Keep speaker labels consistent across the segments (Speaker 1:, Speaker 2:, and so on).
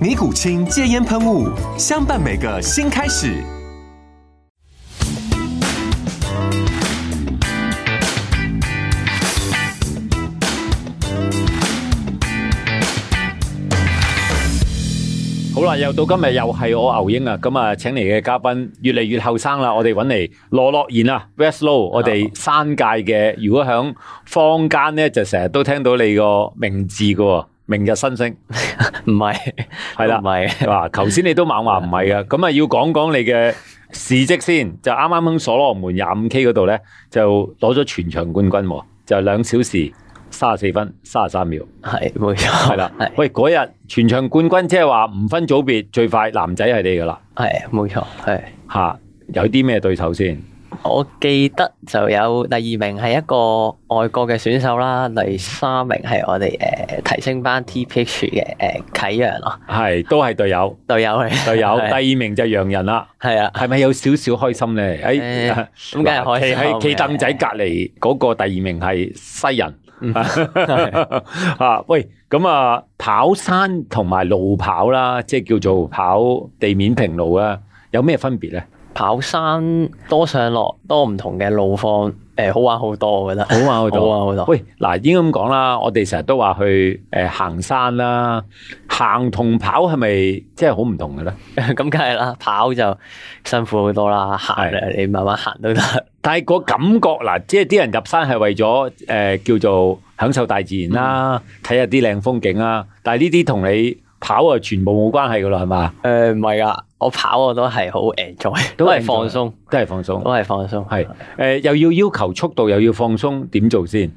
Speaker 1: 尼古清戒烟喷雾，相伴每个新开始。
Speaker 2: 好啦，又到今日又係我牛英啊，咁啊請嚟嘅嘉賓越嚟越後生啦，我哋揾嚟羅樂賢啊，West Low，我哋山界嘅，如果響坊間咧就成日都聽到你個名字嘅喎，明日新星
Speaker 3: 唔係，
Speaker 2: 係啦
Speaker 3: 唔係，
Speaker 2: 嗱，頭先你都猛話唔 係噶，咁啊要講講你嘅事蹟先，就啱啱喺所羅門廿五 K 嗰度咧就攞咗全場冠軍喎，就兩小時三十四分三十三秒。
Speaker 3: 係冇錯，
Speaker 2: 系啦
Speaker 3: 係，
Speaker 2: 喂，嗰日全場冠軍即係話唔分組別最快男仔係你噶啦，
Speaker 3: 係冇錯，係。
Speaker 2: 吓、有啲咩對手先？
Speaker 3: 我記得就有第二名係一個外國嘅選手啦，第三名係我哋誒、呃提升班 TPH 嘅誒啟陽咯，
Speaker 2: 係都係隊友，
Speaker 3: 隊友嚟，
Speaker 2: 隊友。第
Speaker 3: 係
Speaker 2: 二名就係洋人啦，
Speaker 3: 係啊，
Speaker 2: 係咪有少少開心咧？诶、
Speaker 3: 誒咁梗係
Speaker 2: 嗱
Speaker 3: 開
Speaker 2: 企
Speaker 3: 心
Speaker 2: 喺
Speaker 3: 嘅
Speaker 2: 企凳仔隔離嗰個第二名係西人。 啊，喂，咁啊，跑山同埋路跑啦，即係叫做跑地面平路啊，有咩分別咧？
Speaker 3: 跑山多上落多唔同嘅路況，誒、好玩好多，我覺得。
Speaker 2: 好啊，好
Speaker 3: 好玩好多。
Speaker 2: 喂，嗱，應該咁講啦，我哋成日都話去誒、呃行山啦，行同跑係咪即係好唔同嘅咧？
Speaker 3: 咁梗係啦，跑就辛苦好多啦，行啊你慢慢行都得。
Speaker 2: 但係個感覺嗱，即係啲人入山係為咗誒、呃叫做享受大自然啦，
Speaker 3: 嗯
Speaker 2: 睇下啲靚風景啊。但係呢啲同你跑啊，全部冇關係噶啦，係嘛？
Speaker 3: 誒唔係㗎，我跑我都係好 enjoy，
Speaker 2: 都
Speaker 3: 都
Speaker 2: enjoy
Speaker 3: 係放鬆，
Speaker 2: 都係放鬆
Speaker 3: 都，係放鬆，
Speaker 2: 係誒、呃又要要求速度，又要放鬆，點做先？
Speaker 3: 誒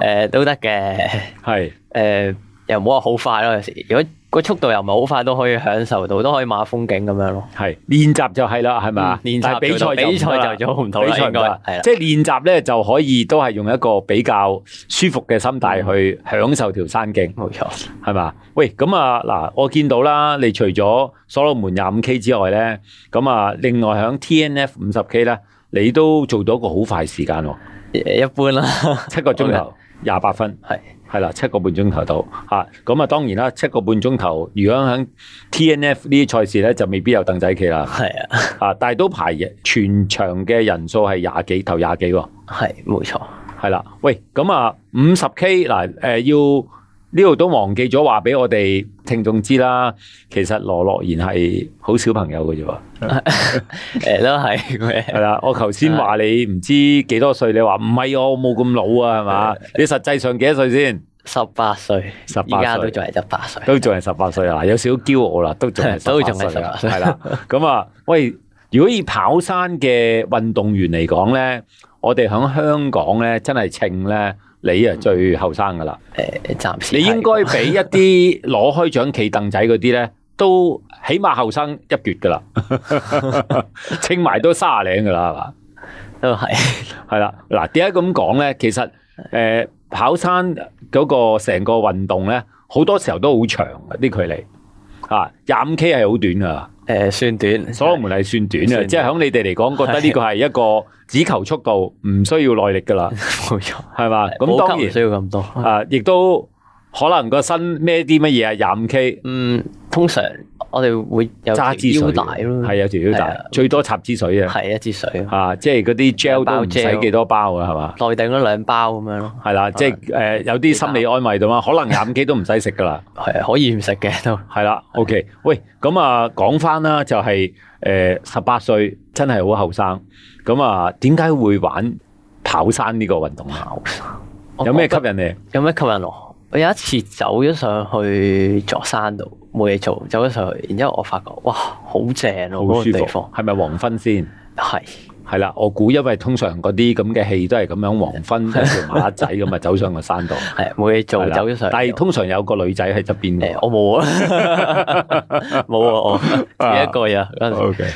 Speaker 3: 呃都得嘅。
Speaker 2: 係
Speaker 3: 诶、又唔好話好快咯，有時如果個速度又唔係好快，都可以享受到，都可以馬風景咁樣咯。
Speaker 2: 係練習就係啦，係咪？
Speaker 3: 嗯練習
Speaker 2: 但係比
Speaker 3: 做
Speaker 2: 賽
Speaker 3: 到
Speaker 2: 就唔得啦
Speaker 3: 比賽就做唔到啦
Speaker 2: 比賽唔得啦
Speaker 3: 應該係啦
Speaker 2: 即係練習咧就可以都係用一個比較舒服嘅心
Speaker 3: 嗯
Speaker 2: 態去享受條山徑，
Speaker 3: 冇錯，
Speaker 2: 係嘛？喂，咁啊嗱，我見到啦，你除咗所羅門廿五 K 之外咧，咁啊另外響 TNF 五十 K 咧，你都做到一個好快時間喎，
Speaker 3: 一一般啦，
Speaker 2: 七個鐘頭廿八分。
Speaker 3: 係
Speaker 2: 係啦，七個半鐘頭到嚇，咁啊當然啦，七個半鐘頭，如果喺 TNF 呢啲賽事咧，就未必有凳仔企啦。
Speaker 3: 係啊，
Speaker 2: 啊，但係都排嘅全場嘅人數係廿幾頭廿幾喎，
Speaker 3: 係冇錯。
Speaker 2: 係啦。喂，咁啊五十 K 嗱，誒、要呢度都忘記咗話俾我哋聽眾知啦。其實羅樂賢係好小朋友嘅啫喎，
Speaker 3: 诶、呃都係嘅，
Speaker 2: 係啦。我頭先話你唔知幾多歲，你話唔係我冇咁老啊，係嘛？你實際上幾多歲先？
Speaker 3: 十八歲，
Speaker 2: 18
Speaker 3: 依家
Speaker 2: 歲
Speaker 3: 都仲係十八歲，
Speaker 2: 都仲係十八歲啊，有少少驕傲啦，都仲係
Speaker 3: 都
Speaker 2: 十八
Speaker 3: 仲係
Speaker 2: 歲啦，
Speaker 3: 18歲
Speaker 2: 係啦。咁啊，喂，如果以跑山嘅運動員嚟講咧，我哋喺香港咧，真係稱咧，你啊最後生噶啦，
Speaker 3: 诶、呃暫時
Speaker 2: 你
Speaker 3: 係
Speaker 2: 應該比一啲攞開獎企凳仔嗰啲咧，都起碼後生一橛噶啦， 稱埋都卅零噶啦，係嘛？
Speaker 3: 都係
Speaker 2: 係啦，嗱，點解咁講咧？其實誒、呃跑山嗰個成個運動咧，好多時候都好長嘅啲距離。啊，廿五 K 係好短噶，
Speaker 3: 诶、呃算短，
Speaker 2: 所羅門係算短嘅，
Speaker 3: 算短
Speaker 2: 即係喺你哋嚟講，覺得呢個係一個只求速度，唔需要耐力 噶啦，
Speaker 3: 冇錯。
Speaker 2: 係嘛？咁
Speaker 3: 補
Speaker 2: 當
Speaker 3: 給唔需
Speaker 2: 然
Speaker 3: 要咁多，
Speaker 2: 啊，亦都可能個身孭啲乜嘢啊，廿五 K
Speaker 3: 嗯，通常我哋會有條
Speaker 2: 揸支水
Speaker 3: 腰帶咯，
Speaker 2: 係有條腰
Speaker 3: 係
Speaker 2: 帶
Speaker 3: 啊，
Speaker 2: 最多插支水啊，
Speaker 3: 係一支水，
Speaker 2: 啊，即係嗰啲 gel 都
Speaker 3: 包
Speaker 2: 唔使
Speaker 3: gel
Speaker 2: 幾多包啊，係嘛？
Speaker 3: 內定嗰兩包咁樣咯，
Speaker 2: 係啦，即係誒有啲心理安慰咁啊，可能眼機都唔使食噶啦。
Speaker 3: 係啊可以唔食嘅都。
Speaker 2: 系啦，OK，喂，咁啊，講翻啦，就係诶十八歲真係好後生，咁啊，點解會玩跑山呢個運動啊？ 有咩吸引你？
Speaker 3: 有咩吸引我？我有一次走咗上去座山度，冇嘢做，走咗上去，然之後我發覺哇，好正
Speaker 2: 好
Speaker 3: 咯、嗰
Speaker 2: 舒
Speaker 3: 個
Speaker 2: 服
Speaker 3: 地方，
Speaker 2: 係咪黃昏先？
Speaker 3: 係
Speaker 2: 係啦，我估因為通常嗰啲咁嘅戲都係咁樣黃昏，跟住馬仔咁啊走上個山度，
Speaker 3: 係啊冇嘢做，
Speaker 2: 係啦
Speaker 3: 走咗上
Speaker 2: 但
Speaker 3: 去
Speaker 2: 係。通常有個女仔喺側邊
Speaker 3: 誒、
Speaker 2: 嘅。
Speaker 3: 我冇啊， 冇啊，我自己一個人嗰陣時
Speaker 2: O K，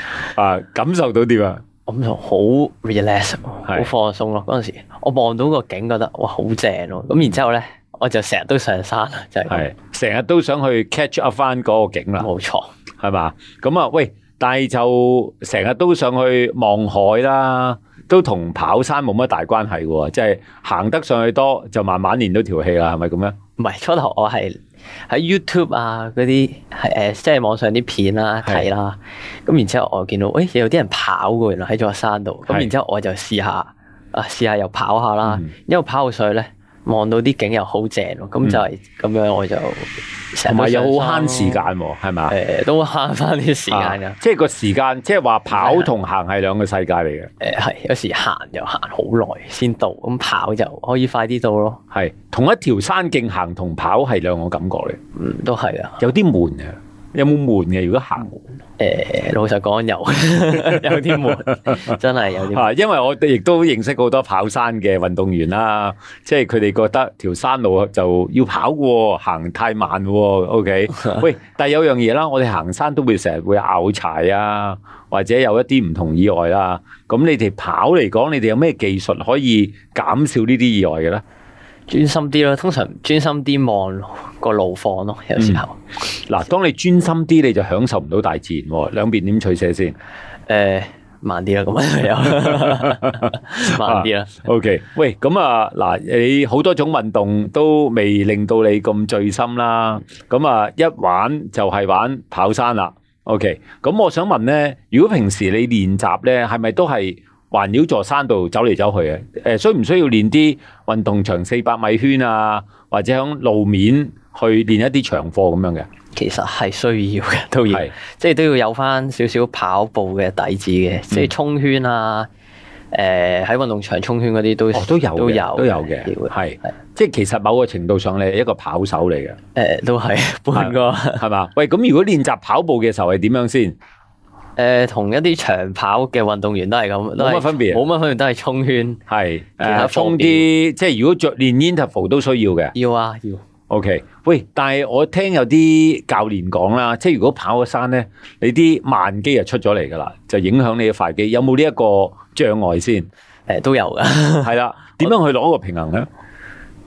Speaker 2: 啊，感受到點啊？
Speaker 3: 我咁就好 relax，好啊放鬆咯。嗰陣時，我望到個景，覺得哇好正咯。咁然之後咧，我就成日都上山啦，就係、
Speaker 2: 係成日都想去 catch up 翻嗰個景啦。
Speaker 3: 冇錯，
Speaker 2: 系嘛？咁啊，喂，但系就成日都上去望海啦，都同跑山冇乜大關係喎，即係行得上去多，就慢慢練到條氣啦，係咪咁樣？
Speaker 3: 唔係初頭我係喺 YouTube 啊嗰啲係誒，即係網上啲片啦
Speaker 2: 係
Speaker 3: 睇啦。咁然之後我見到，誒、有啲人跑喎，原來喺座山度。咁
Speaker 2: 係
Speaker 3: 然之後我就試下啊，試下又跑下啦。
Speaker 2: 嗯
Speaker 3: 因為跑上去咧，望到啲景又好正咯。咁就係咁樣，我就成
Speaker 2: 同埋
Speaker 3: 日都
Speaker 2: 又好
Speaker 3: 上山
Speaker 2: 慳時間
Speaker 3: 咯。
Speaker 2: 喎，係嘛？
Speaker 3: 誒、都慳翻啲時間㗎。
Speaker 2: 啊即係個時間，即係話跑
Speaker 3: 係啊
Speaker 2: 同行係兩個世界嚟嘅，
Speaker 3: 誒係，有時行就行好耐先到，咁跑就可以快啲到咯。
Speaker 2: 係同一條山徑行同跑係兩個感覺嚟，
Speaker 3: 嗯，都係啊。
Speaker 2: 有啲悶啊，有冇悶嘅？如果行
Speaker 3: 誒、老實講有 有啲 悶，真係有啲悶。
Speaker 2: 啊，因為我哋亦都認識好多跑山嘅運動員啦，即係佢哋覺得條山路就要跑喎，行太慢喎。OK，喂，但係有樣嘢啦，我哋行山都會成日會拗柴啊，或者有一啲唔同意外啦。咁你哋跑嚟講，你哋有咩技術可以減少呢啲意外嘅咧？
Speaker 3: 專心啲咯，通常專心啲望個路況咯，有時候。
Speaker 2: 嗱，當你專心啲，你就享受唔到大自然喎。兩邊點取捨先？
Speaker 3: 誒、
Speaker 2: 嗯
Speaker 3: 慢啲啦，咁樣 有慢啲啦。
Speaker 2: O、k 喂，咁啊，嗱，你好多種運動都未令到你咁醉心啦。咁啊，一玩就係玩跑山啦。O K，咁我想問咧，如果平時你練習咧，係咪都係環繞座山度走嚟走去嘅？誒、需唔需要練啲運動場四百米圈啊，或者響路面去練一啲長課咁樣嘅？
Speaker 3: 其實係需要嘅，都要
Speaker 2: 係，
Speaker 3: 即係都要有翻少少跑步嘅底子
Speaker 2: 嗯
Speaker 3: 嘅，即係衝圈啊，誒、喺運動場衝圈嗰啲都、
Speaker 2: 哦，都有嘅
Speaker 3: 都有
Speaker 2: 都有嘅，
Speaker 3: 要
Speaker 2: 係，即係其實某個程度上你係一個跑手嚟嘅。
Speaker 3: 誒都係半個
Speaker 2: 系嘛？喂，咁如果練習跑步嘅時候係點樣先？
Speaker 3: 誒，同一啲長跑嘅運動員都係咁，都係
Speaker 2: 冇乜分別啊
Speaker 3: 冇乜分別，都係衝圈。
Speaker 2: 係
Speaker 3: 其他
Speaker 2: 诶，
Speaker 3: 課
Speaker 2: 冲啲，即係如果着練 interval 都需要嘅。
Speaker 3: 要啊，要
Speaker 2: OK，喂，但係我聽有啲教練講啦，即係如果跑咗山咧，你啲慢肌就出咗嚟㗎啦，就影響你嘅快肌。有冇呢一個障礙 先？
Speaker 3: 誒都有噶。
Speaker 2: 係啦，點樣去攞個平衡咧？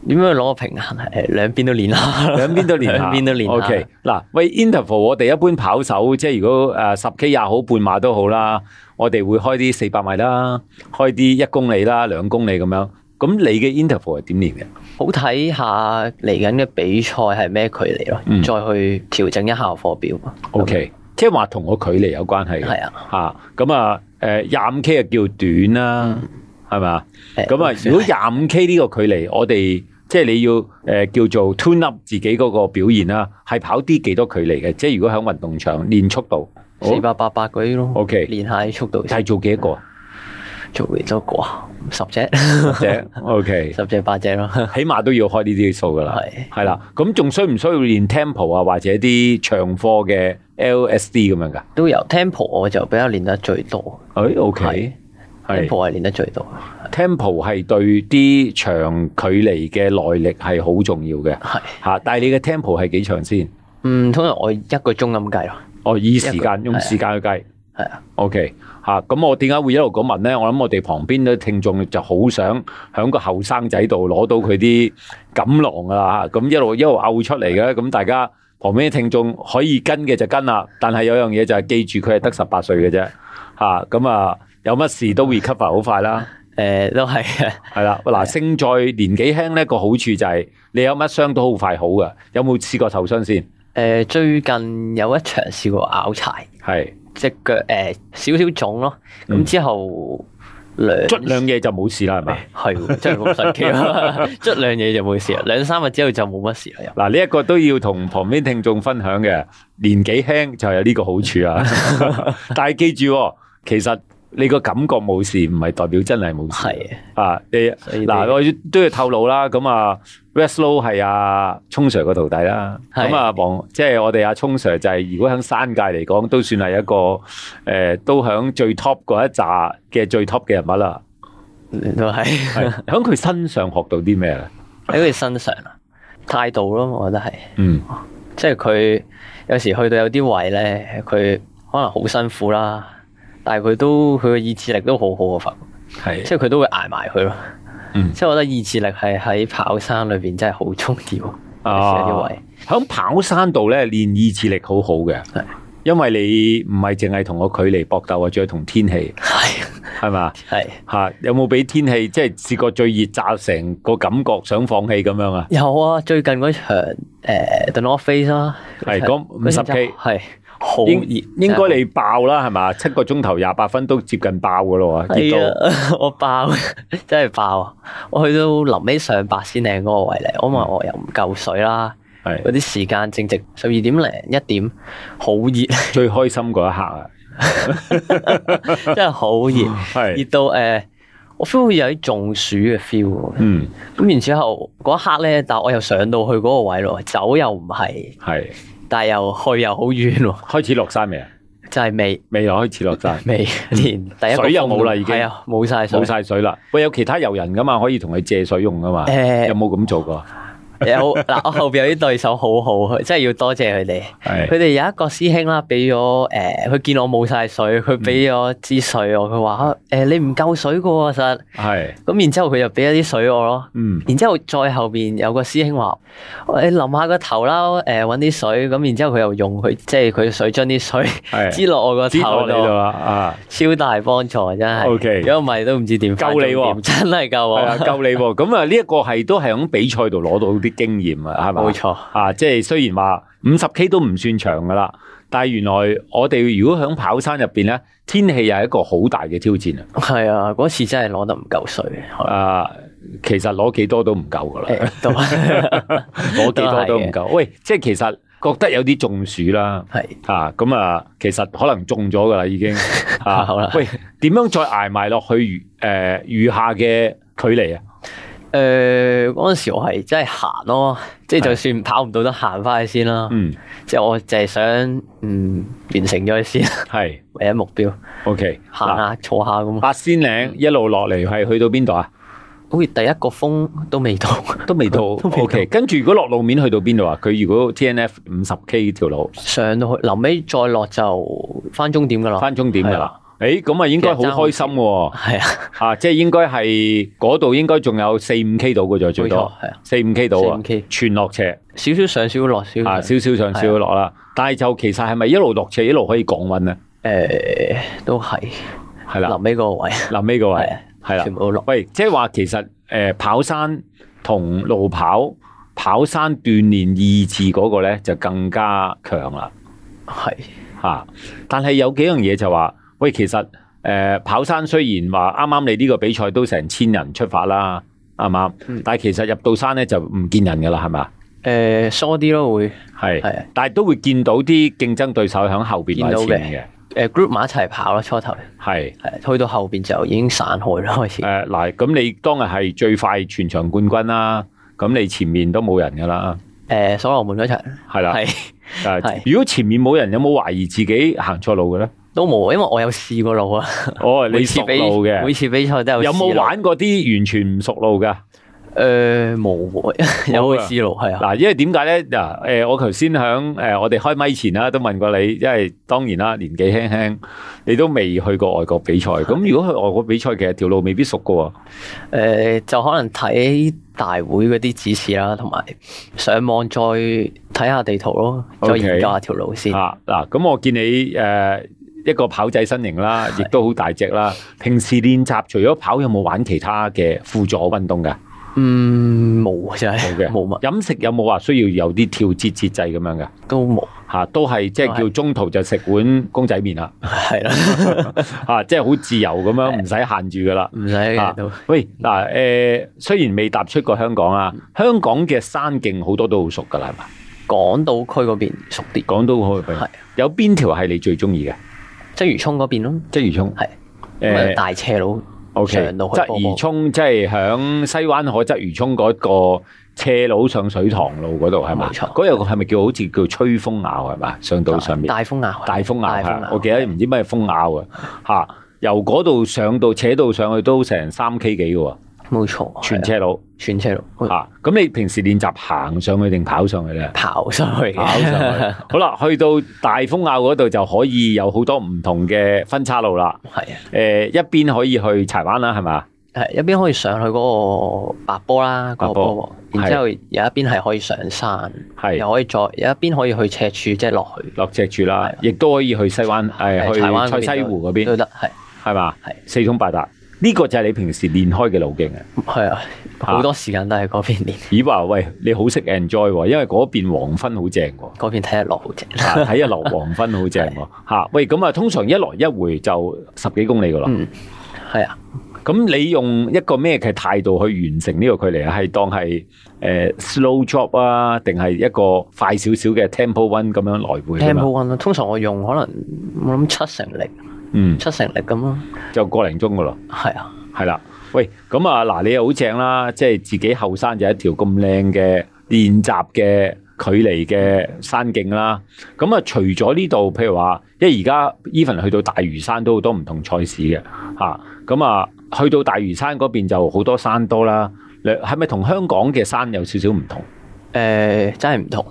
Speaker 3: 點樣攞個平衡？誒兩邊都練下。
Speaker 2: 兩邊都 練下，
Speaker 3: 兩邊都練下
Speaker 2: O K，嗱，喂，interval 我哋一般跑手，即係如果誒十 K 也好，半馬都好啦，我哋會開啲四百米啦，開啲一公里啦、兩公里咁樣。咁你嘅 interval 係點練嘅？
Speaker 3: 好睇下嚟緊嘅比賽係咩距離咯，
Speaker 2: 嗯
Speaker 3: 再去調整一下課表。
Speaker 2: O K，即啊係話同個距離有關係嘅。
Speaker 3: 係啊，
Speaker 2: 嚇咁啊，誒廿五 K 啊叫短啦，係咪啊？
Speaker 3: 嗯誒
Speaker 2: 咁啊，如果廿五 K 呢個距離，我哋即係你要誒、呃叫做 tune up 自己嗰個表現啦，係跑啲幾多距離嘅？即係如果喺運動場練速度，
Speaker 3: 四百八八嗰啲咯。
Speaker 2: OK
Speaker 3: 練下啲速度
Speaker 2: 係
Speaker 3: 先，
Speaker 2: 做幾多個啊？
Speaker 3: 做幾多個啊？十隻，
Speaker 2: 隻，OK，
Speaker 3: 十隻八隻咯。
Speaker 2: 起碼都要開呢啲數噶啦，
Speaker 3: 係
Speaker 2: 係啦。咁仲需唔需要練 tempo 啊，或者啲長課嘅 LSD 咁樣噶？
Speaker 3: 都有 tempo，我就比較練得最多。
Speaker 2: 誒，OK，係
Speaker 3: tempo 係練得最多，
Speaker 2: tempo 係對啲長距離嘅耐力係好重要嘅
Speaker 3: 係
Speaker 2: 嚇。但係你嘅 tempo 係幾長先？
Speaker 3: 嗯，通常我一個鐘咁計咯。
Speaker 2: 哦，以時間
Speaker 3: 一個啊
Speaker 2: 用時間去計。
Speaker 3: 係啊，
Speaker 2: OK 嚇、咁我點解會一路咁問咧？我諗我哋旁邊啲聽眾就好想喺個後生仔度攞到佢啲錦囊噶啦嚇，咁一路一路嘔出嚟嘅，咁大家旁邊啲聽眾可以跟嘅就跟啦，但係有樣嘢就係記住佢係得十八歲嘅啫嚇，咁啊有乜事都 recover 好快啦。
Speaker 3: 誒都係 嘅。
Speaker 2: 係啦，嗱，勝在年紀輕咧個好處就係你有乜傷都好快好噶，有冇試過受傷先？
Speaker 3: 诶、最近有一場試過拗柴，
Speaker 2: 係
Speaker 3: 只腳诶少少腫咯，咁之後兩
Speaker 2: 嗯捽兩嘢就冇事啦，係咪？
Speaker 3: 係喎真係好神 奇啊！捽兩嘢就冇事啦，兩三日之後就冇乜事啦又。
Speaker 2: 嗱，呢一個都要同旁邊聽眾分享嘅，年紀輕就有呢個好處 啊！但係記住喎，其實你個感覺冇事，唔係代表真係冇事。
Speaker 3: 係
Speaker 2: 啊，你
Speaker 3: 所以你
Speaker 2: 嗱，我都要透露啦。咁啊，Westlow 係阿聰 Sir 個徒弟啦。
Speaker 3: 係
Speaker 2: 咁啊，黃即係我哋阿聰 Sir 就係如果喺山界嚟講，都算係一個誒、呃都響最 top 嗰一紮嘅最 top 嘅人物 啦。
Speaker 3: 都係
Speaker 2: 係響佢身上學到啲咩咧？
Speaker 3: 喺佢身上啦，啊態度咯，我覺得係。
Speaker 2: 嗯，
Speaker 3: 即係佢有時去到有啲位咧，佢可能好辛苦啦，但係佢都佢嘅意志力都好好啊，發覺
Speaker 2: 係
Speaker 3: 即係佢都會捱埋佢咯。
Speaker 2: 嗯
Speaker 3: 即係我覺得意志力係喺跑山裏邊真係好重要，
Speaker 2: 啊
Speaker 3: 有時有啲位
Speaker 2: 喺跑山度咧練意志力好好嘅
Speaker 3: 係，
Speaker 2: 因為你唔係淨係同個距離搏鬥啊，仲要同天氣
Speaker 3: 係
Speaker 2: 係嘛？
Speaker 3: 係
Speaker 2: 嚇、有冇俾天氣即係試過最熱炸成個感覺想放棄咁樣啊？
Speaker 3: 有啊！最近嗰場誒、呃、The North Face 啦，
Speaker 2: 係講
Speaker 3: 嗰場
Speaker 2: 50 K
Speaker 3: 係好熱
Speaker 2: 應，應該
Speaker 3: 真係
Speaker 2: 你爆啦，係嘛？七個鐘頭廿八分都接近爆噶咯喎，
Speaker 3: 係
Speaker 2: 熱到
Speaker 3: 啊！ 我爆，真係爆啊！我去到臨尾上白仙嶺嗰個位嚟，我咪
Speaker 2: 嗯
Speaker 3: 我又唔夠水啦。嗰
Speaker 2: 係
Speaker 3: 啲時間正值十二點零一點，好熱，
Speaker 2: 最開心嗰一刻啊！
Speaker 3: 真係好熱，熱
Speaker 2: 哦係，
Speaker 3: 到誒、呃我 feel 到有啲中暑嘅 feel 喎
Speaker 2: 嗯，
Speaker 3: 咁然之後嗰一刻咧，但我又上到去嗰個位咯，走又唔係，
Speaker 2: 係
Speaker 3: 但又去又好遠喎，
Speaker 2: 開始落山未啊？
Speaker 3: 就係未
Speaker 2: 未啊，開始落山，
Speaker 3: 未連第一
Speaker 2: 嗯
Speaker 3: 個
Speaker 2: 水又冇啦
Speaker 3: 風都
Speaker 2: 已經
Speaker 3: 係啊， 冇晒水，
Speaker 2: 冇晒水啦。喂，有其他遊人噶嘛？可以同佢借水用噶嘛？
Speaker 3: 誒
Speaker 2: 有冇咁做過？
Speaker 3: 有嗱，我後邊有啲對手好好，真係要多謝佢哋。佢
Speaker 2: 係
Speaker 3: 哋有一個師兄啦，俾咗誒，佢、見我冇晒水，佢俾咗支水我，佢話誒你唔夠水嘅喎，實。
Speaker 2: 係，
Speaker 3: 咁然之後佢就俾咗啲水我咯。
Speaker 2: 嗯，
Speaker 3: 然之後再後邊有個師兄話：你淋下個頭啦，誒揾啲水。咁然之後佢又用佢即係佢水樽啲水
Speaker 2: 係
Speaker 3: 支落我個
Speaker 2: 知道
Speaker 3: 頭
Speaker 2: 哎你度
Speaker 3: 度，
Speaker 2: 啦啊！
Speaker 3: 超大幫助真係。
Speaker 2: OK
Speaker 3: 如果唔係都唔知點
Speaker 2: 夠你喎
Speaker 3: 翻終點真係夠
Speaker 2: 係啊，
Speaker 3: 我。
Speaker 2: 夠你喎！咁啊，呢一個係都係喺比賽度攞到啲經驗啊，係咪？
Speaker 3: 冇錯
Speaker 2: 啊，即係雖然話五十 K 都唔算長噶啦，但係原來我哋如果喺跑山入邊咧，天氣又係一個好大嘅挑戰啊！
Speaker 3: 係啊，嗰次真係攞得唔夠水，
Speaker 2: 啊，其實攞幾多都唔夠噶啦，
Speaker 3: 誒都
Speaker 2: 攞幾多都唔
Speaker 3: 都係嘅
Speaker 2: 夠。喂，即係其實覺得有啲中暑啦。
Speaker 3: 係
Speaker 2: 啊，咁啊，其實可能中咗噶啦，已 經啊，
Speaker 3: 好啦
Speaker 2: 喂，點樣再捱埋落去餘誒餘下嘅距離啊？
Speaker 3: 誒呃嗰陣時我係真係行咯，即係就算跑唔到都行翻去先啦。
Speaker 2: 嗯，
Speaker 3: 即係我就係想嗯完成咗佢先，
Speaker 2: 係
Speaker 3: 唯一目標。
Speaker 2: OK
Speaker 3: 行
Speaker 2: 嗱啊
Speaker 3: 下坐下咁，
Speaker 2: 八仙嶺一路落嚟係去到邊度啊？
Speaker 3: 好似第一個風都未到，
Speaker 2: 都未到。O K，跟住如果落路面去到邊度啊？佢如果 T N F 五十 K 條路
Speaker 3: 上到去臨尾再落就翻終點噶啦，
Speaker 2: 翻終點㗎
Speaker 3: 係
Speaker 2: 啦。誒，啊咁啊應該好開心喎！
Speaker 3: 係啊，
Speaker 2: 啊，即係應該係嗰度應該仲有四五 K 到嘅啫，最多
Speaker 3: 冇錯係啊
Speaker 2: 四五 K 到啊
Speaker 3: 4-5 K，
Speaker 2: 全落斜
Speaker 3: 少少上少少落少少
Speaker 2: 啊，
Speaker 3: 上，
Speaker 2: 少少上少少落啦。但係就其實係咪一路落斜一路可以降温咧？
Speaker 3: 誒呃都係
Speaker 2: 係啦
Speaker 3: 臨，尾嗰個位，
Speaker 2: 臨尾個位
Speaker 3: 係啊
Speaker 2: 係啦
Speaker 3: 全。部都落，
Speaker 2: 喂，即係話其實誒、呃跑山同路跑，跑山鍛鍊意志嗰個咧就更加強啦
Speaker 3: 係
Speaker 2: 嚇。啊但係有幾樣嘢就話，喂，其實誒、呃跑山雖然話啱啱你呢個比賽都成千人出發啦，啱唔啱？
Speaker 3: 嗯
Speaker 2: 但係其實入到山咧就唔見人㗎啦，係咪啊？
Speaker 3: 誒呃疏啲咯會，係
Speaker 2: 係
Speaker 3: 啊，
Speaker 2: 但係都會見到啲競爭對手喺後邊或者
Speaker 3: 見到嘅
Speaker 2: 前
Speaker 3: 誒呃 group 埋一齊跑咯初頭，
Speaker 2: 嘅，係。
Speaker 3: 係去到後邊就已經散開啦開始，
Speaker 2: 誒嗱，咁、你當日係最快全場冠軍啦，咁你前面都冇人㗎啦，
Speaker 3: 誒呃所羅門嗰場
Speaker 2: 係啦。
Speaker 3: 係
Speaker 2: 誒
Speaker 3: 係
Speaker 2: 如果前面冇人，有冇懷疑自己行錯路嘅咧？
Speaker 3: 都冇，因為我有試過路啊，
Speaker 2: 哦，你
Speaker 3: 每次
Speaker 2: 熟
Speaker 3: 比
Speaker 2: 路嘅，
Speaker 3: 每次比賽都有
Speaker 2: 有冇
Speaker 3: 試路？
Speaker 2: 玩過啲完全唔熟路嘅？
Speaker 3: 誒呃冇喎，有去試路係啊，
Speaker 2: 啊嗱，因為點解咧？嗱，誒，我頭先響誒我哋開咪前啦，都問過你，因為當然啦，年紀輕輕，你都未去過外國比賽。咁如果去外國比賽，其實條路未必熟嘅喎。
Speaker 3: 誒、呃就可能睇大會嗰啲指示啦，同埋上網再睇下地圖咯，再
Speaker 2: OK
Speaker 3: 研究下條路先。
Speaker 2: 啊嗱，咁我見你誒、呃一個跑仔身形啦，亦都好大隻啦。平時練習除咗跑，有冇玩其他嘅輔助運動㗎？
Speaker 3: 嗯，冇真係
Speaker 2: 冇嘅，
Speaker 3: 冇啊乜
Speaker 2: 飲食有冇話需要有啲調節節制咁樣嘅？
Speaker 3: 都冇，
Speaker 2: 吓、都係即係
Speaker 3: 都
Speaker 2: 叫中途就食碗公仔麵 啦，
Speaker 3: 係啦，
Speaker 2: 吓、即係好自由咁樣，唔使限住噶啦。
Speaker 3: 唔使
Speaker 2: 啊
Speaker 3: 嘅都
Speaker 2: 喂，嗱，诶、雖然未踏出過香港啊，香港嘅山徑好多都好熟噶啦，係嘛？
Speaker 3: 港島區嗰邊熟啲，
Speaker 2: 港島好
Speaker 3: 係
Speaker 2: 有邊條係你最中意嘅？
Speaker 3: 即係魚涌嗰邊咯，
Speaker 2: 鰂魚涌
Speaker 3: 係咁啊
Speaker 2: 诶
Speaker 3: 大斜路
Speaker 2: ，OK，
Speaker 3: 上到去
Speaker 2: 鰂魚涌即係響西灣河鰂魚涌嗰個斜路上水塘路嗰度係嘛？
Speaker 3: 冇錯
Speaker 2: 嗰度係咪叫好似叫吹風坳係嘛？上到上面。
Speaker 3: 大風牙，
Speaker 2: 大風啊坳
Speaker 3: 大風啊
Speaker 2: 係
Speaker 3: 坳，
Speaker 2: 我記得唔知咩風坳啊，嚇！由嗰度上到扯到上去都成三 K 幾嘅
Speaker 3: 啊
Speaker 2: 喎，
Speaker 3: 冇錯，
Speaker 2: 全
Speaker 3: 係啊
Speaker 2: 車路
Speaker 3: 全車路
Speaker 2: 嚇。啊咁你平時練習行上去定跑上去 咧？
Speaker 3: 跑上去
Speaker 2: 跑上
Speaker 3: 嘅，
Speaker 2: 去，好啦，去到大風坳嗰度就可以有好多唔同嘅分岔路啦。
Speaker 3: 係啊。
Speaker 2: 誒、一邊可以去柴灣啦，係啊嘛？
Speaker 3: 係一邊可以上去嗰個白波啦，嗰、
Speaker 2: 白
Speaker 3: 個
Speaker 2: 波
Speaker 3: 波喎，然之後有一邊係可以上山，
Speaker 2: 係
Speaker 3: 又可以再有一邊可以去赤柱，即係落去
Speaker 2: 落赤柱
Speaker 3: 係
Speaker 2: 啦
Speaker 3: 啊，
Speaker 2: 亦都可以去西灣，誒、
Speaker 3: 誒柴灣嗰
Speaker 2: 去
Speaker 3: 邊
Speaker 2: 塞西湖嗰邊
Speaker 3: 都得，係
Speaker 2: 係嘛
Speaker 3: 係？
Speaker 2: 四通八達，呢、個就係你平時練開嘅路徑啊。
Speaker 3: 係啊，好多時間都喺嗰邊練，
Speaker 2: 咦話喂，你好識 enjoy 喎，因為嗰邊黃昏好正 喎，
Speaker 3: 嗰邊睇日落好正，
Speaker 2: 啊睇日落黃昏好正喎，嚇喂咁啊，通常一來一回就十幾公里噶啦。
Speaker 3: 嗯，係啊，
Speaker 2: 咁你用一個咩嘅態度去完成呢個距離啊？係當係誒 slow drop 啊，定係一個快少少嘅 tempo one 咁樣來回
Speaker 3: t
Speaker 2: 㗎
Speaker 3: e m
Speaker 2: 嘛
Speaker 3: p o one 咯，通常我用可能我諗七成力，
Speaker 2: 嗯，
Speaker 3: 七成力咁咯，
Speaker 2: 就個零鐘噶咯。
Speaker 3: 係啊，
Speaker 2: 係啦，喂，咁啊嗱，你又好正啦，即係自己後生就一條咁靚嘅練習嘅距離嘅山徑啦。咁啊，除咗呢度，譬如話，因為而家 even 去到大嶼山都好多唔同賽事嘅嚇。咁啊，去到大嶼山嗰邊就好多山多啦。你係咪同香港嘅山有少少唔同？
Speaker 3: 誒、呃真係唔同。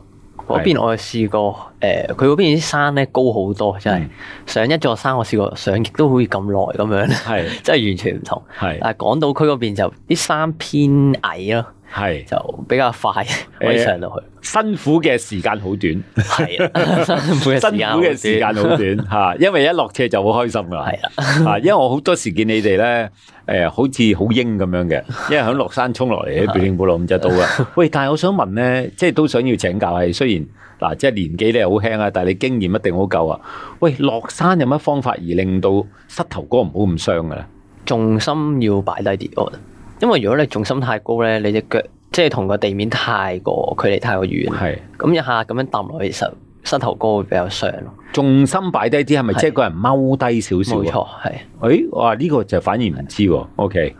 Speaker 3: 嗰邊我試過，誒佢嗰邊啲山咧高好多，真係、
Speaker 2: 嗯
Speaker 3: 上一座山我試過上極都好似咁耐咁樣，
Speaker 2: 係
Speaker 3: 真係完全唔同。
Speaker 2: 係
Speaker 3: 但係港島區嗰邊就啲山偏矮咯，
Speaker 2: 係，
Speaker 3: 就比較快可以上到去。
Speaker 2: 辛苦嘅時間好短，
Speaker 3: 係啊，辛 苦
Speaker 2: 辛苦嘅時間
Speaker 3: 好
Speaker 2: 好短 嚇，因為一落車就好開心啦。
Speaker 3: 短係啦，
Speaker 2: 啊，因為我好多時見你哋咧，誒、好似好英咁樣 嘅，因為喺落山衝落嚟，喺表定部落咁就到啦。 喂，但係我想問咧，即係都想要請教係，雖然嗱、即係年紀咧好輕啊，但係你經驗一定好夠啊。喂，落山有乜方法而令到膝頭哥唔好咁傷嘅咧？
Speaker 3: 重心要擺低啲，我覺得。因為如果你重心太高咧，你只腳即係同個地面太過距離太過遠，
Speaker 2: 係
Speaker 3: 咁一下咁樣揼落去，其實膝頭哥會比較傷咯。
Speaker 2: 重心擺低啲，係咪
Speaker 3: 係
Speaker 2: 即係個人踎低少少
Speaker 3: 冇
Speaker 2: 啊？
Speaker 3: 錯，係
Speaker 2: 誒，哇！呢、個就反而唔知喎。OK，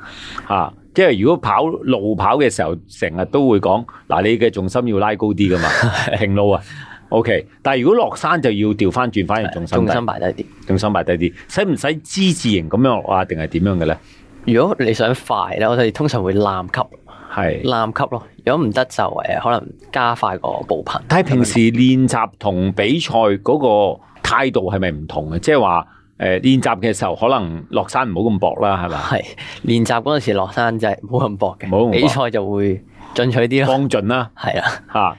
Speaker 2: 嚇、即係如果跑路跑嘅時候，成日都會講嗱，你嘅重心要拉高啲噶嘛， 平路啊。OK，但係如果落山就要調翻轉，反而重心
Speaker 3: 重
Speaker 2: 低
Speaker 3: 心擺低啲。
Speaker 2: 重心擺低啲，使唔使之字形咁樣落啊？定係點樣嘅咧？
Speaker 3: 如果你想快咧，我哋通常會攬級，
Speaker 2: 係。
Speaker 3: 攬級咯。如果唔得就誒，可能加快個步頻。
Speaker 2: 但係平時練習同比賽嗰個態度係咪唔同嘅？即係話誒練習嘅時候，可能落山唔好咁搏啦， 係咪？
Speaker 3: 係練習嗰陣時落山就係冇咁搏
Speaker 2: 冇咁
Speaker 3: 嘅，
Speaker 2: 搏
Speaker 3: 比賽就會進取啲咯。啊
Speaker 2: 放盡啦
Speaker 3: 係啦，
Speaker 2: 嚇、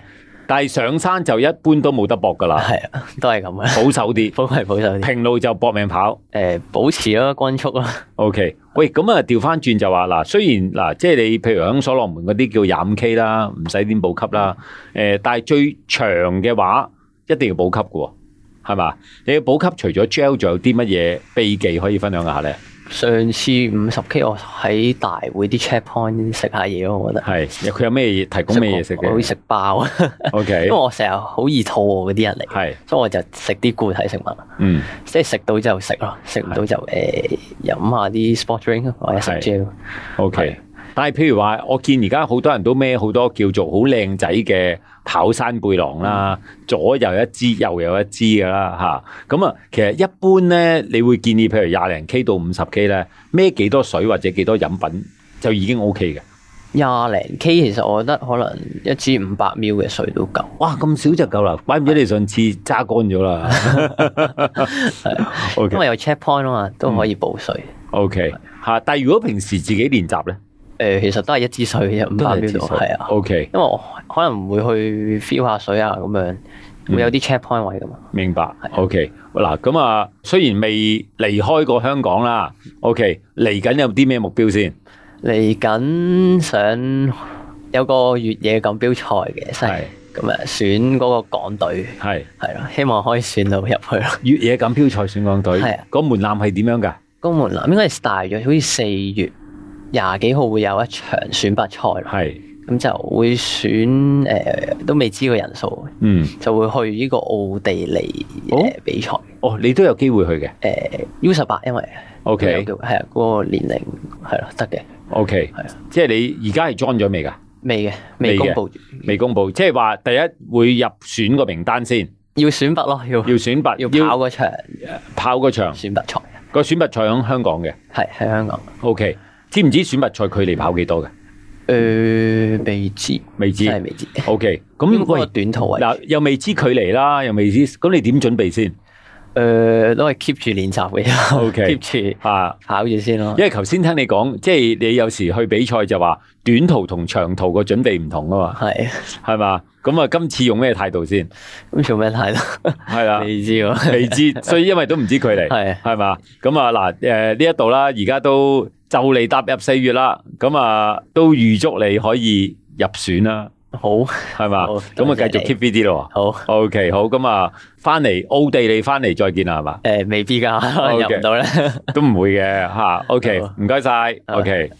Speaker 2: 但係上山就一般都冇得搏噶啦。
Speaker 3: 係啊，都係咁啊，
Speaker 2: 保守啲，
Speaker 3: 保係保守啲，
Speaker 2: 平路就搏命跑。
Speaker 3: 誒保持咯，均速咯，
Speaker 2: OK，喂，咁啊調翻轉就話嗱，雖然嗱，即係你譬如響所羅門嗰啲叫廿五 K 啦，唔使點補給啦，誒、但係最長嘅話一定要補給嘅喎，係嘛？你要補給除咗 gel，仲有啲乜嘢秘技可以分享下咧？
Speaker 3: 上次五十 K 我喺大會啲 check point 食下嘢咯，我覺得。
Speaker 2: 係，佢有咩嘢提供咩嘢食
Speaker 3: 我會
Speaker 2: 嘅哦
Speaker 3: 食包 啊，因
Speaker 2: ？OK，
Speaker 3: 為我成日好易肚餓嗰啲人嚟，
Speaker 2: 係，
Speaker 3: 所以我就食啲固體食物，
Speaker 2: 嗯，
Speaker 3: 即係食到就食咯，食唔到就誒飲下啲 sport drink 或者食
Speaker 2: 係
Speaker 3: gel。
Speaker 2: OK，
Speaker 3: 係
Speaker 2: 但係譬如話，我見而家好多人都孭好多叫做好靚仔嘅跑山背囊啦，
Speaker 3: 嗯
Speaker 2: 左右一支，右有一支㗎啦吓，咁啊，其實一般咧，你會建議譬如廿零 K 到五十 K 咧，孭幾多水或者幾多飲品就已經 OK 嘅。
Speaker 3: 廿零 K 其實我覺得可能一支五百 ml 嘅水都夠。
Speaker 2: 哇，咁少就夠啦，怪唔知你上次揸乾咗啦。
Speaker 3: 因
Speaker 2: OK
Speaker 3: 為有 checkpoint 啊嘛，都
Speaker 2: 嗯
Speaker 3: 可以補水。
Speaker 2: OK 嚇，但係如果平時自己練習咧，
Speaker 3: 誒、呃其實都係一支水啫，五
Speaker 2: 都
Speaker 3: 百
Speaker 2: 係
Speaker 3: ml
Speaker 2: 自
Speaker 3: 度
Speaker 2: 水
Speaker 3: 係啊。
Speaker 2: OK。
Speaker 3: 因為我可能會去 feel 下水啊，咁樣
Speaker 2: 嗯
Speaker 3: 會有啲 checkpoint 位噶嘛。
Speaker 2: 明白，OK，嗱咁啊，雖然未離開過香港啦，OK，嚟緊有啲咩目標先？
Speaker 3: 嚟緊想有個越野錦標賽嘅，西
Speaker 2: 係
Speaker 3: 咁啊選嗰個港隊
Speaker 2: 係
Speaker 3: 係咯，希望可以選到入去咯。
Speaker 2: 越野錦標賽選港隊
Speaker 3: 係啊，
Speaker 2: 個門檻係點樣㗎？
Speaker 3: 個門檻應該係大約好似四月廿幾號會有一場選拔賽啦，
Speaker 2: 係
Speaker 3: 咁就會選誒、呃都未知個人數，
Speaker 2: 嗯，
Speaker 3: 就會去呢個奧地利誒、
Speaker 2: 哦
Speaker 3: 呃比賽。
Speaker 2: 哦，你都有機會去嘅。
Speaker 3: 誒 U 十八，因為
Speaker 2: OK
Speaker 3: 係啊，嗰個年齡係咯得嘅，
Speaker 2: O K，
Speaker 3: 係啊
Speaker 2: 即係你而家係 join 咗未㗎？
Speaker 3: 未嘅，
Speaker 2: 未
Speaker 3: 未
Speaker 2: 嘅
Speaker 3: 公佈住，
Speaker 2: 未公布，即係話第一會入選個名單先，
Speaker 3: 要選拔咯，要
Speaker 2: 要選拔，
Speaker 3: 要跑嗰場
Speaker 2: 跑個場，
Speaker 3: 選拔賽，
Speaker 2: 個選拔賽喺香港嘅。
Speaker 3: 係喺香港。
Speaker 2: O K，知唔知選拔賽距離跑幾多嘅？
Speaker 3: 誒呃未知，
Speaker 2: 未知
Speaker 3: 真係未知。
Speaker 2: O K，
Speaker 3: 咁
Speaker 2: 咁
Speaker 3: 個
Speaker 2: 喂，
Speaker 3: 短途位，誒、
Speaker 2: 嗱又未知距離啦，又未知，咁你點準備先？
Speaker 3: 呃都係 keep 住練習嘅
Speaker 2: OK
Speaker 3: ，keep 住
Speaker 2: 啊，
Speaker 3: 跑住先咯
Speaker 2: 因。為頭先聽你講，即係你有時去比賽就話短途同長途個準備唔同啊嘛，
Speaker 3: 係，
Speaker 2: 係嘛？咁啊，今次用咩態度 先？
Speaker 3: 咁做咩態度？
Speaker 2: 係 啦。
Speaker 3: 未知 喎，
Speaker 2: 未知，所以因為都唔知距離，
Speaker 3: 係
Speaker 2: 係嘛？咁啊嗱，诶呢一度啦，而家都就嚟踏入四月啦，咁啊都預祝你可以入選啦，
Speaker 3: 好
Speaker 2: 係嘛？
Speaker 3: 好
Speaker 2: 咁啊
Speaker 3: 多謝
Speaker 2: 繼續
Speaker 3: 你
Speaker 2: keep fit 啲咯。
Speaker 3: 好
Speaker 2: OK，好，咁啊翻嚟奧地利翻嚟再見啦，係嘛？
Speaker 3: 誒、未必㗎，可能
Speaker 2: OK
Speaker 3: 入唔到咧。
Speaker 2: 都唔會嘅吓。嚇 OK，
Speaker 3: 好
Speaker 2: 唔該晒。
Speaker 3: 好
Speaker 2: OK。